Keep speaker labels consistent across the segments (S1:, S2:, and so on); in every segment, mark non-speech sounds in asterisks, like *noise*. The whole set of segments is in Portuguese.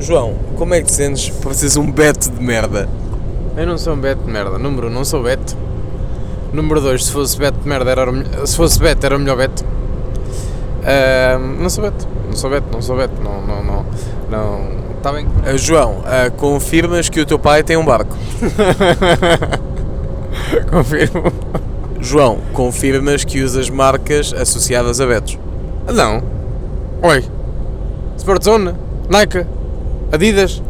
S1: João, como é que te sentes por seres um beto de merda?
S2: Eu não sou um Beto de merda. Número 1, um, não sou Beto. Número 2, se fosse Beto de merda, era o melhor. Se fosse Beto, era o melhor Beto. Ah, não sou Beto, não sou Beto, não sou Beto, não, não, não, não. Está bem.
S1: Ah, João, ah, confirmas que o teu pai tem um barco?
S2: *laughs* Confirmo.
S1: João, confirmas que usas marcas associadas a betos?
S2: Não. Oi. Sportzone, Nike, Adidas.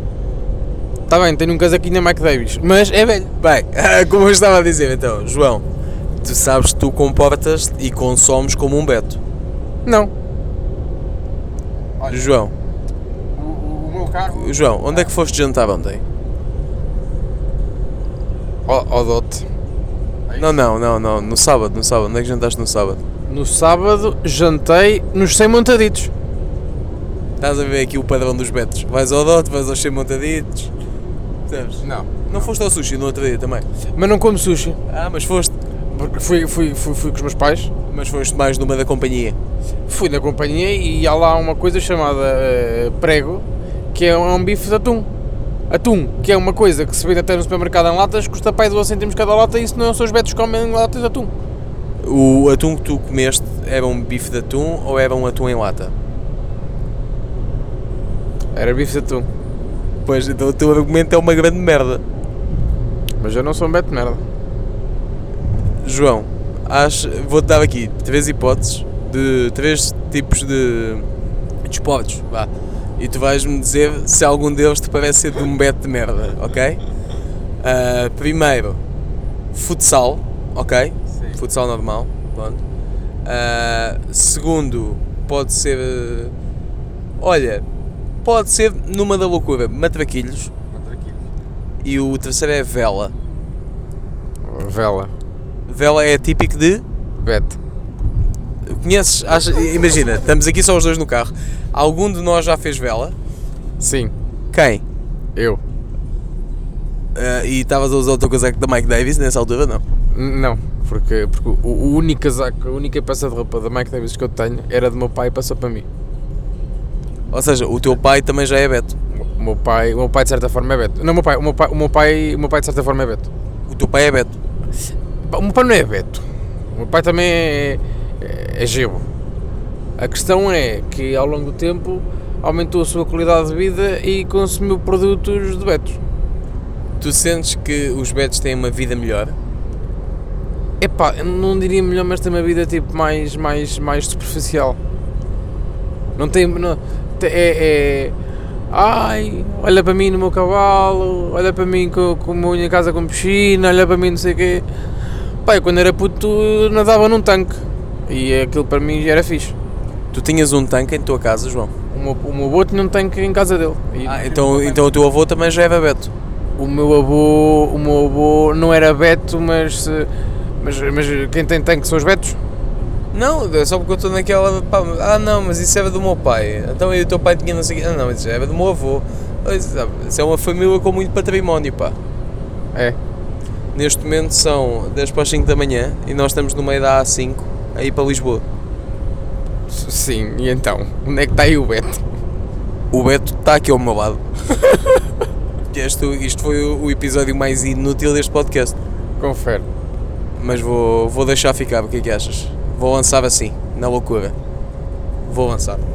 S2: Está bem, tenho um casaquinho da Mike Davis, mas é velho.
S1: Bem, *laughs* ah, como eu estava a dizer então, João, tu sabes que tu comportas e consomes como um beto.
S2: Não.
S1: João,
S2: O, o- o meu carro.
S1: João, onde é que foste jantar ontem?
S2: Ó, ó, dote.
S1: Não, não, não, não, no sábado, no sábado, onde é que jantaste no sábado?
S2: No sábado jantei nos 100 montaditos.
S1: Estás a ver aqui o padrão dos betos. Vais ao dote, vais aos sem montaditos. Sabes?
S2: Não.
S1: Não foste ao sushi no outro dia também?
S2: Mas não como sushi.
S1: Ah, mas foste.
S2: Porque fui, fui, fui, fui com os meus pais.
S1: Mas foste mais numa da companhia.
S2: Fui na companhia e há lá uma coisa chamada eh, prego, que é um bife de atum. Atum, que é uma coisa que se vende até no supermercado em latas, custa pai 12 centimos cada lata e se não são os betos que comem latas de atum.
S1: O atum que tu comeste era um bife de atum ou era um atum em lata?
S2: Era bife de atum.
S1: Pois, então o teu argumento é uma grande merda.
S2: Mas eu não sou um beto de merda.
S1: João, acho, vou-te dar aqui três hipóteses de três tipos de desportos, vá. E tu vais-me dizer se algum deles te parece ser de um beto de merda, ok? Ah, primeiro, futsal, ok?
S2: Sim.
S1: Futsal normal, pronto. Ah, segundo, pode ser. eh, Olha, pode ser numa da loucura, matraquilhos. E o terceiro é vela.
S2: Vela.
S1: Vela é típico de.
S2: Beto.
S1: Conheces? acha- imagina, estamos aqui só os dois no carro. Algum de nós já fez vela?
S2: Sim.
S1: Quem?
S2: Eu.
S1: Ah, e estavas a usar o teu casaco da Mike Davis nessa altura? Não.
S2: N- Não, porque, porque o, o único casaco, a única peça de roupa da Mike Davis que eu tenho era do meu pai e passou para mim.
S1: Ou seja, o teu pai também já é Beto.
S2: O meu pai, o meu pai de certa forma é Beto. Não, o meu pai, o meu pai, o meu pai, o meu pai de certa forma é Beto.
S1: O teu pai é Beto.
S2: Pá, O meu pai não é Beto. O meu pai também é, é, é gebo. A questão é que ao longo do tempo aumentou a sua qualidade de vida e consumiu produtos de Betos.
S1: Tu sentes que os Betos têm uma vida melhor?
S2: Epá, eu não diria melhor, mas tem uma vida tipo mais, mais, mais superficial. Não tem. Não, te- é, é. Ai, olha para mim no meu cavalo, olha para mim com, com a minha casa com piscina, olha para mim não sei o quê. Pai, quando era puto nadava num tanque e aquilo para mim já era fixe.
S1: Tu tinhas um tanque em tua casa, João?
S2: O meu, o meu avô tinha um tanque em casa dele. E
S1: Ah, então, então o teu avô também já era Beto.
S2: O meu avô. O meu avô não era Beto, mas. se- Mas, mas quem tem tanque são os Betos?
S1: Não, é só porque eu estou naquela. pá, ah, não, mas isso era do meu pai. Então e o teu pai tinha não sei o quê. Ah, não, isso era do meu avô. Isso sabe, isso é uma família com muito património, pá.
S2: É.
S1: Neste momento são 10 para as 5 da manhã e nós estamos no meio da A5 aí para Lisboa.
S2: Sim, e então? Onde é que está aí o Beto?
S1: O Beto está aqui ao meu lado. *laughs* isto, isto foi o o episódio mais inútil deste podcast.
S2: Confere.
S1: Mas vou, vou deixar ficar, o que é que achas? Vou lançar assim, na loucura. Vou lançar.